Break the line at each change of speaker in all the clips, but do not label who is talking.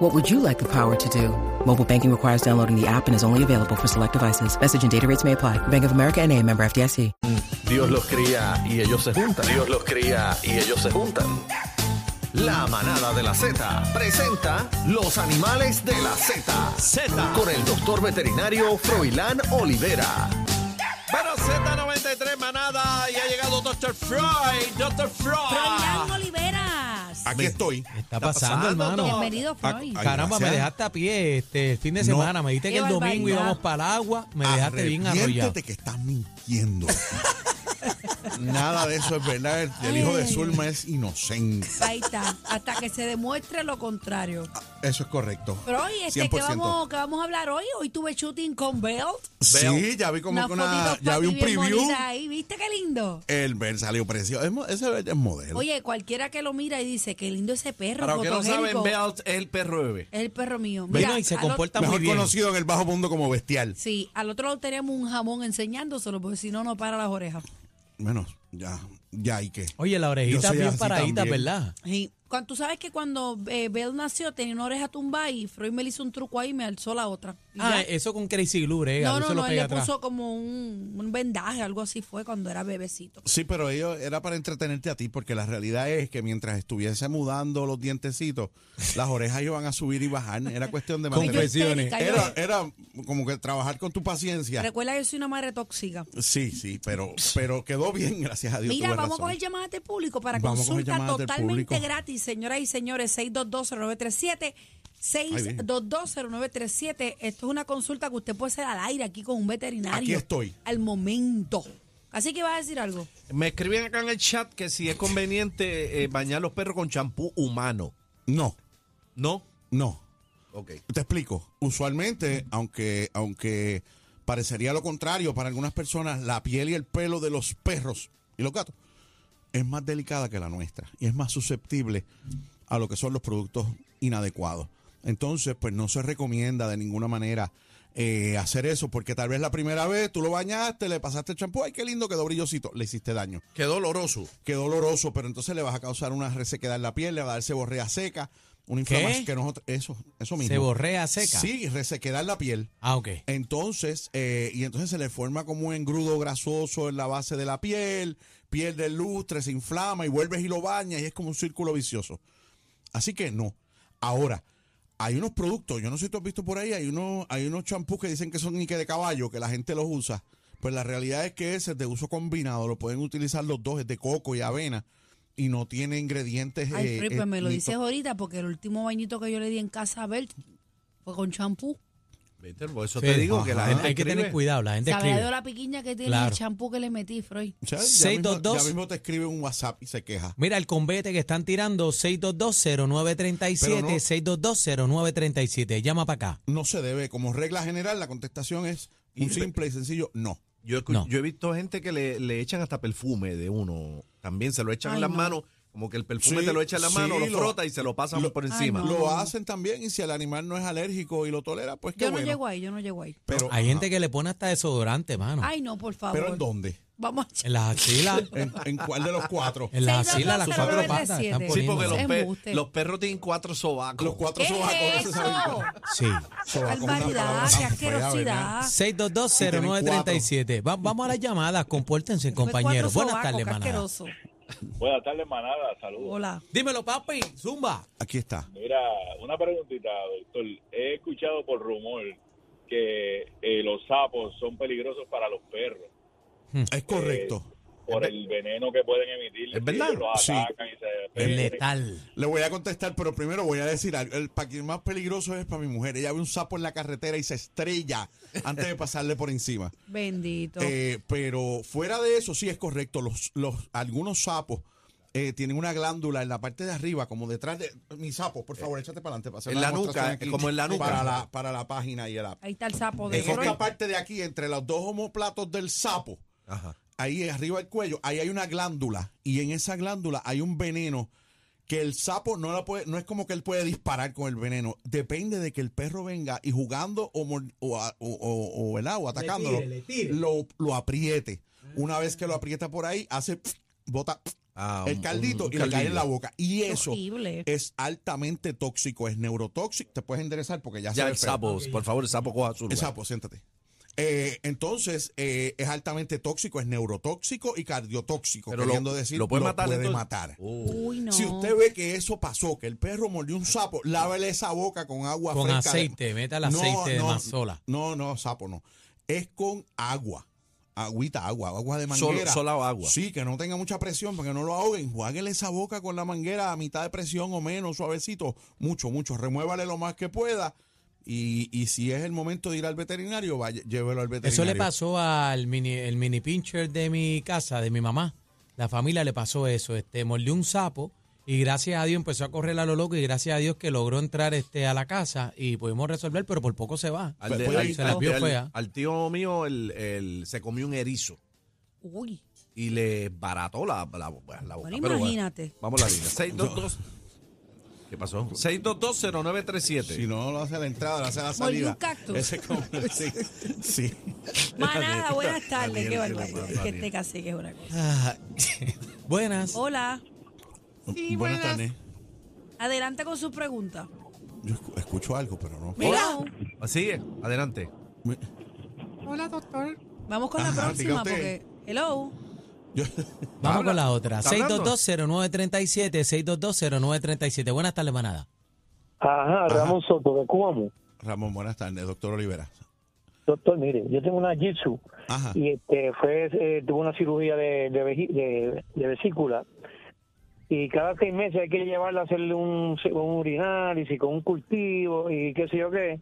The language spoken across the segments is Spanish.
What would you like the power to do? Mobile banking requires downloading the app and is only available for select devices. Message and data rates may apply. Bank of America and a member FDIC.
Dios los cría y ellos se juntan. Dios los cría y ellos se juntan. La manada de la Z presenta los animales de la Z. Z con el doctor veterinario Froilán Olivera.
Bueno, Z93 Manada y ha llegado Dr. Freud, Dr.
Florian
Freud.
Oliveras.
Aquí estoy.
Está pasando,
pasando,
hermano.
Bienvenido, Floyd.
Ay,
Caramba,
gracias.
me dejaste a pie este el fin de semana. Me dijiste
Qué
que el domingo
barbaridad.
íbamos para el agua. Me
Ah,
dejaste bien arrollado.
Arrepiéntete que estás mintiendo. Nada de eso es verdad. El, el hijo de Zulma es inocente.
Ahí está, hasta que se demuestre lo contrario.
Eso es correcto.
Pero hoy, este, ¿qué, vamos, ¿qué vamos a hablar hoy? Hoy tuve shooting con Belt.
Sí, ya vi como
Unas
que una,
fotitos
ya
para
vi
ti
un
bien
preview.
bonitas ahí. ¿Viste qué lindo?
El ver salió precioso. Es mo- Ese es modelo.
Oye, cualquiera que lo mira y dice, qué lindo ese perro.
Para los que no saben,
fotogénico".
Belt es el perro
Es el perro mío.
Bueno,
Mira,
y se
al otro-
comporta muy
Mejor
bien.
conocido en el bajo mundo como bestial.
Sí, al otro lado tenemos un jamón enseñándoselo, porque si no, no para las orejas.
Bueno, ya, ya y qué.
Oye, la
Yo
orejita
soy
bien
así
paradita,
también.
¿verdad?
Y cuando tú sabes que cuando eh, Bell nació tenía una oreja tumbada y Freud me le hizo un truco ahí y me alzó la otra. Y
Ah,
ya.
eso con Crazy Glue, brega.
No, no,
eso lo
no, él
pega
le
atrás.
puso como un, un vendaje, algo así fue cuando era bebecito.
Sí, pero ello era para entretenerte a ti, porque la realidad es que mientras estuviese mudando los dientecitos, las orejas iban a subir y bajar. Era cuestión de mantener.
Confesiones.
Ay, Pues yo
Era,
histérica,
era como que trabajar con tu
yo-
paciencia.
Recuerda que yo soy una madre tóxica.
Sí, sí, pero, pero quedó bien, gracias a Dios.
Mira,
tuve
vamos
razón.
a coger llamadas del público para
Vamos a coger
consulta
llamadas del
totalmente
público.
gratis, señoras y señores, 6220937. 6220937. Esto es una consulta que usted puede hacer al aire aquí con un veterinario.
Aquí estoy.
Al momento. Así que vas a decir algo.
Me escriben acá en el chat que si es conveniente eh, bañar los perros con champú humano.
No,
¿No?
no.
Ok.
Te explico. Usualmente, aunque, aunque parecería lo contrario para algunas personas, la piel y el pelo de los perros y los gatos es más delicada que la nuestra y es más susceptible a lo que son los productos inadecuados. Entonces, pues no se recomienda de ninguna manera eh, hacer eso, porque tal vez la primera vez tú lo bañaste, le pasaste el champú, ay, qué lindo, quedó brillosito, le hiciste daño
Qué doloroso.
qué doloroso, pero entonces le vas a causar una resequedad en la piel, le va a dar seborrea seca, una
¿Qué?
inflamación que no es otra- eso, eso mismo.
Seborrea seca.
Sí, resequedad en la piel.
Ah, ok.
Entonces, eh, y entonces se le forma como un engrudo grasoso en la base de la piel, pierde el lustre, se inflama y vuelves y lo bañas y es como un círculo vicioso. Así que no. Ahora, hay unos productos, yo no sé si tú has visto por ahí, hay unos, hay unos champús que dicen que son ni que de caballo, que la gente los usa. Pues la realidad es que ese es de uso combinado, lo pueden utilizar los dos, es de coco y avena, y no tiene ingredientes.
Ay,
eh,
Free,
eh,
pues me lo
ni
dices
to-
ahorita porque el último bañito que yo le di en casa a Bert fue con champú.
Viste, por eso
Sí.
te digo que la
Ajá.
gente
Hay que
escribe.
tener cuidado, la gente
Sabrá Dios
escribe.
la piquiña que tiene el
Claro.
champú que le metí, Freud.
O sea, ya mismo-
622.
ya mismo te escribe un WhatsApp y se queja.
Mira, el convete que están tirando, 622-0937,
Pero no.
622-0937. Llama para acá.
no se debe. Como regla general, la contestación es un simple y sencillo no.
Yo, escu-
No.
yo he visto gente que le, le echan hasta perfume de uno. También se lo echan en las manos. Como que el perfume
Sí,
te lo echa en las
sí,
manos,
lo-
lo frota y se lo pasan por encima.
no.
Lo hacen también y si el animal no es alérgico y lo tolera, pues
Yo
qué
no
bueno.
llego ahí, yo no llego ahí.
Pero,
Hay
ajá.
gente que le pone hasta desodorante, mano.
Ay, no, por favor.
¿Pero en dónde?
Vamos a
En las axilas.
¿En, en cuál de los cuatro?
En las axilas, las cuatro
622-0937.
patas. están
Sí,
Sí, porque los,
poniendo.
pe-
Embuste.
los perros tienen cuatro sobacos.
los cuatro
¿Qué
sobacos.
es
no se sabe
eso?
cuál.
Sí.
Sobacos, una palabra
Barbaridad,
tan
qué
fea, ¿verdad?
asquerosidad.
622-0937. Va- vamos a las llamadas, compórtense, compañeros.
Fue cuatro sobacos,
Buenas tardes,
qué
manada.
asqueroso.
Buenas tardes, manada. Saludos.
Hola.
Dímelo, papi. Zumba.
Aquí está.
Mira, una preguntita, doctor. He escuchado por rumor que eh, los sapos son peligrosos para los perros
Es correcto.
por el veneno que pueden emitir.
¿Es verdad?
Ellos Los
Sí.
atacan y
Eh,
se
El
prenden.
letal.
Le voy a contestar, pero primero voy a decir algo. El paquete más peligroso es para mi mujer. Ella ve un sapo en la carretera y se estrella antes de pasarle por encima.
Bendito.
Eh, pero fuera de eso, sí es correcto. Los, los, algunos sapos eh, tienen una glándula en la parte de arriba, como detrás de. Mi sapo, por favor, échate para adelante. para hacer
Eh, en
una
la nuca,
demostración
eh, como en la nuca.
Para la, para la página y el app.
Ahí está el sapo de
En esta
Freud.
parte de aquí, entre los dos homoplatos del sapo,
Ajá.
ahí arriba del cuello, ahí hay una glándula y en esa glándula hay un veneno que el sapo no la puede, no es como que él puede disparar con el veneno, depende de que el perro venga y jugando o, mor- o, a- o, o- o, ¿verdad? o atacándolo,
tire, le tire. Ah.
Lo, lo apriete. Una vez que lo aprieta por ahí, hace, pf, bota pf,
Ah,
el
un-
caldito
un
y le cae
caldillo.
en la boca. Y
Qué
eso
horrible.
es altamente tóxico, es neurotóxico, te puedes enderezar porque ya, se
Ya
ve
el
feo.
sapo, por favor, el sapo coja su lugar.
El sapo, siéntate. Eh, entonces, eh, es altamente tóxico, es neurotóxico y cardiotóxico.
Pero
queriendo
lo-
decir,
lo puede matar, entonces.
matar.
Oh.
Uy, no.
Si usted ve que eso pasó, que el perro mordió un sapo, lávele esa boca con agua
Con
fresca.
aceite, métale aceite de mazola.
No, no, sapo no. Es con agua. Agüita, agua, agua de
Solo-
manguera.
sola o agua.
Sí, que no tenga mucha presión, para que no lo ahoguen. Juáguele esa boca con la manguera a mitad de presión o menos, suavecito. Mucho, mucho. Remuévale lo más que pueda. Y, y si es el momento de ir al veterinario, vaya, llévelo al veterinario.
Eso le pasó al mini, el mini pincher de mi casa, de mi mamá. La familia le pasó eso. Este, mordió un sapo y gracias a Dios empezó a correr a lo loco y gracias a Dios que logró entrar este, a la casa y pudimos resolver, pero por poco se va. Pues,
Al, de-
Puede
al-
ir,
se las
al-
vio
al-
fea.
al tío mío el, el- se comió un erizo
Uy.
y le barató la, la, la boca.
Bueno,
Pero
imagínate.
vamos a la línea. 622. ¿Qué pasó? 6220937.
Si no lo hace a la entrada, lo hace a la
Mordió
salida.
un cactus.
Ese es como- sí, sí.
Manada, buenas tardes.
Daniel,
Qué
Daniel,
barbaridad.
Daniel.
Que este cacique es una cosa.
Ah, Buenas.
Hola.
buenas tardes.
Adelante con su pregunta.
Yo escu- escucho algo, pero no.
Mira.
Así es, adelante.
Me-
Vamos con la
Ajá, diga
próxima
usted.
porque. Hello.
Yo,
Vamos
Habla.
con la otra.
¿Está hablando?
6220937, 6220937. Buenas tardes, manada.
Ajá, Ramón Soto né? de Cuamo.
Ramón, buenas tardes, doctor Olivera.
Doctor, mire, yo tengo una jitsu
Ajá.
y este, fue, eh, tuve una cirugía de, de, veji- de- de vesícula y cada seis meses hay que llevarla a hacerle un, un urinálisis con un cultivo y qué sé yo qué.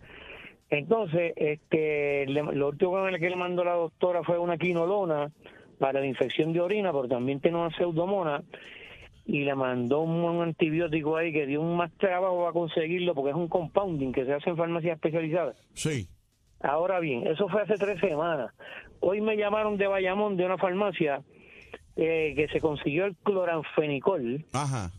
Entonces, este, le- lo último que le mandó la doctora fue una quinolona para la infección de orina, pero también tiene una pseudomona y le mandó un, un antibiótico ahí que dio un más trabajo a conseguirlo porque es un compounding que se hace en farmacias especializadas.
Sí.
Ahora bien, eso fue hace tres semanas. Hoy me llamaron de Bayamón, de una farmacia, eh, que se consiguió el cloranfenicol.
Ajá.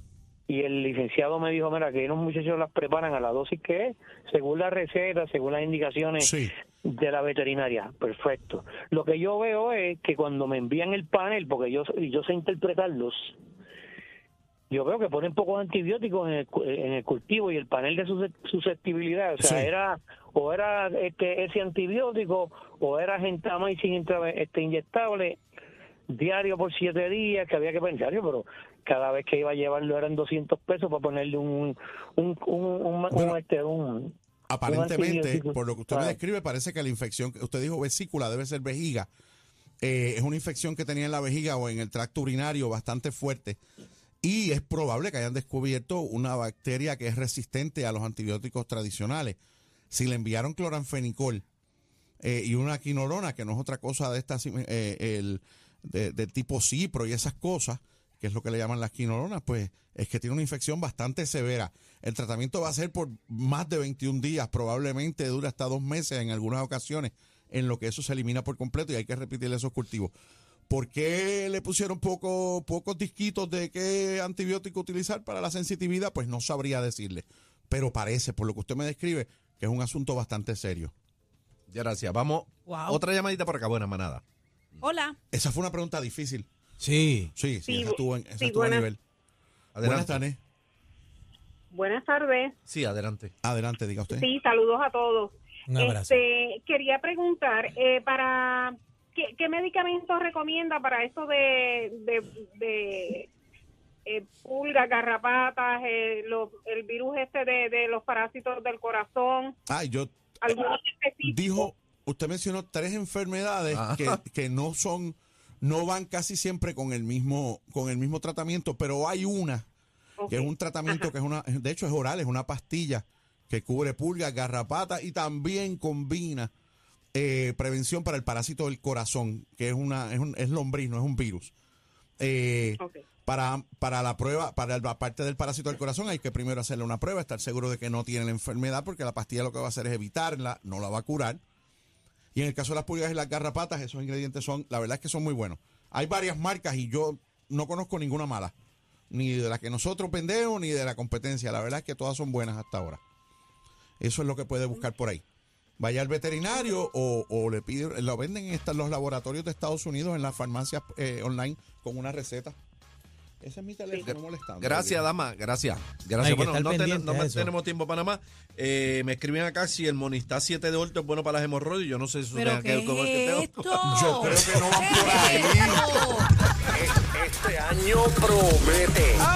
Y el licenciado me dijo, mira, que unos muchachos las preparan a la dosis que es, según la receta, según las indicaciones
Sí.
de la veterinaria. Perfecto. Lo que yo veo es que cuando me envían el panel, porque yo, y yo sé interpretarlos, yo veo que ponen pocos antibióticos en el, cu- en el cultivo y el panel de susce- susceptibilidad. O sea,
Sí.
era o era este, ese antibiótico o era gentamicin intra- este, inyectable diario por siete días que había que poner diario, pero cada vez que iba a llevarlo eran 200 pesos para ponerle un un, un, un, un-
Bueno,
este, un- un
Aparentemente,
antibiótico.
por lo que usted me
Ah.
describe, parece que la infección, que usted dijo vesícula, debe ser vejiga. Eh, es una infección que tenía en la vejiga o en el tracto urinario bastante fuerte. Y es probable que hayan descubierto una bacteria que es resistente a los antibióticos tradicionales. Si le enviaron cloranfenicol eh, y una quinolona, que no es otra cosa de estas eh, el, de, de tipo cipro y esas cosas, que es lo que le llaman las quinolonas, pues es que tiene una infección bastante severa. El tratamiento va a ser por más de 21 días, probablemente dure hasta dos meses en algunas ocasiones, en lo que eso se elimina por completo y hay que repetir esos cultivos. ¿Por qué le pusieron poco, pocos disquitos de qué antibiótico utilizar para la sensitividad? Pues no sabría decirle. Pero parece, por lo que usted me describe, que es un asunto bastante serio.
Gracias. Vamos.
Wow.
Otra llamadita por acá, buena manada.
Hola.
Esa fue una pregunta difícil.
Sí.
Sí, sí,
Sí,
esa
bu-
estuvo, en, esa
sí,
estuvo a
buenas-
nivel. Buenas
Adelante.
tardes.
Buenas tardes.
sí, adelante.
Adelante, diga usted.
Sí, saludos a todos.
Un abrazo.
Este, quería preguntar, eh, para ¿qué, qué medicamento recomienda para esto de, de, de, eh, pulgas, garrapatas, eh, lo- el virus este de, de los parásitos del corazón?
Ay, yo
¿Algunos específicos?
dijo, usted mencionó tres enfermedades
Ah.
que, que no son, no van casi siempre con el mismo, con el mismo tratamiento, pero hay una
Ok.
que es un tratamiento que es una, de hecho es oral, es una pastilla que cubre pulgas, garrapatas y también combina eh, prevención para el parásito del corazón, que es una, es, un, es lombriz, no es un virus. Eh,
Ok.
para, para la prueba, para la parte del parásito del corazón, hay que primero hacerle una prueba, estar seguro de que no tiene la enfermedad, porque la pastilla lo que va a hacer es evitarla, no la va a curar. Y en el caso de las pulgas y las garrapatas, esos ingredientes son, la verdad es que son muy buenos. Hay varias marcas y yo no conozco ninguna mala. Ni de la que nosotros vendemos, ni de la competencia. La verdad es que todas son buenas hasta ahora. Eso es lo que puede buscar por ahí. Vaya al veterinario o, o le pide, lo venden en esta- los laboratorios de Estados Unidos, en las farmacias eh, online, con una receta. Ese es mi teléfono molestando.
Gracias, dama. Gracias.
Hay
Gracias.
que
Bueno,
estar
no, ten-
pendiente
no
a
más
eso.
tenemos tiempo para nada más. Eh, me escriben acá si el Monistá 7 de orto es bueno para las hemorroides. Yo no sé si eso
¿Pero
tenga que
qué
ver con el que
es
tengo.
esto?
Yo creo que no va por
¿Qué es esto?
Este año promete.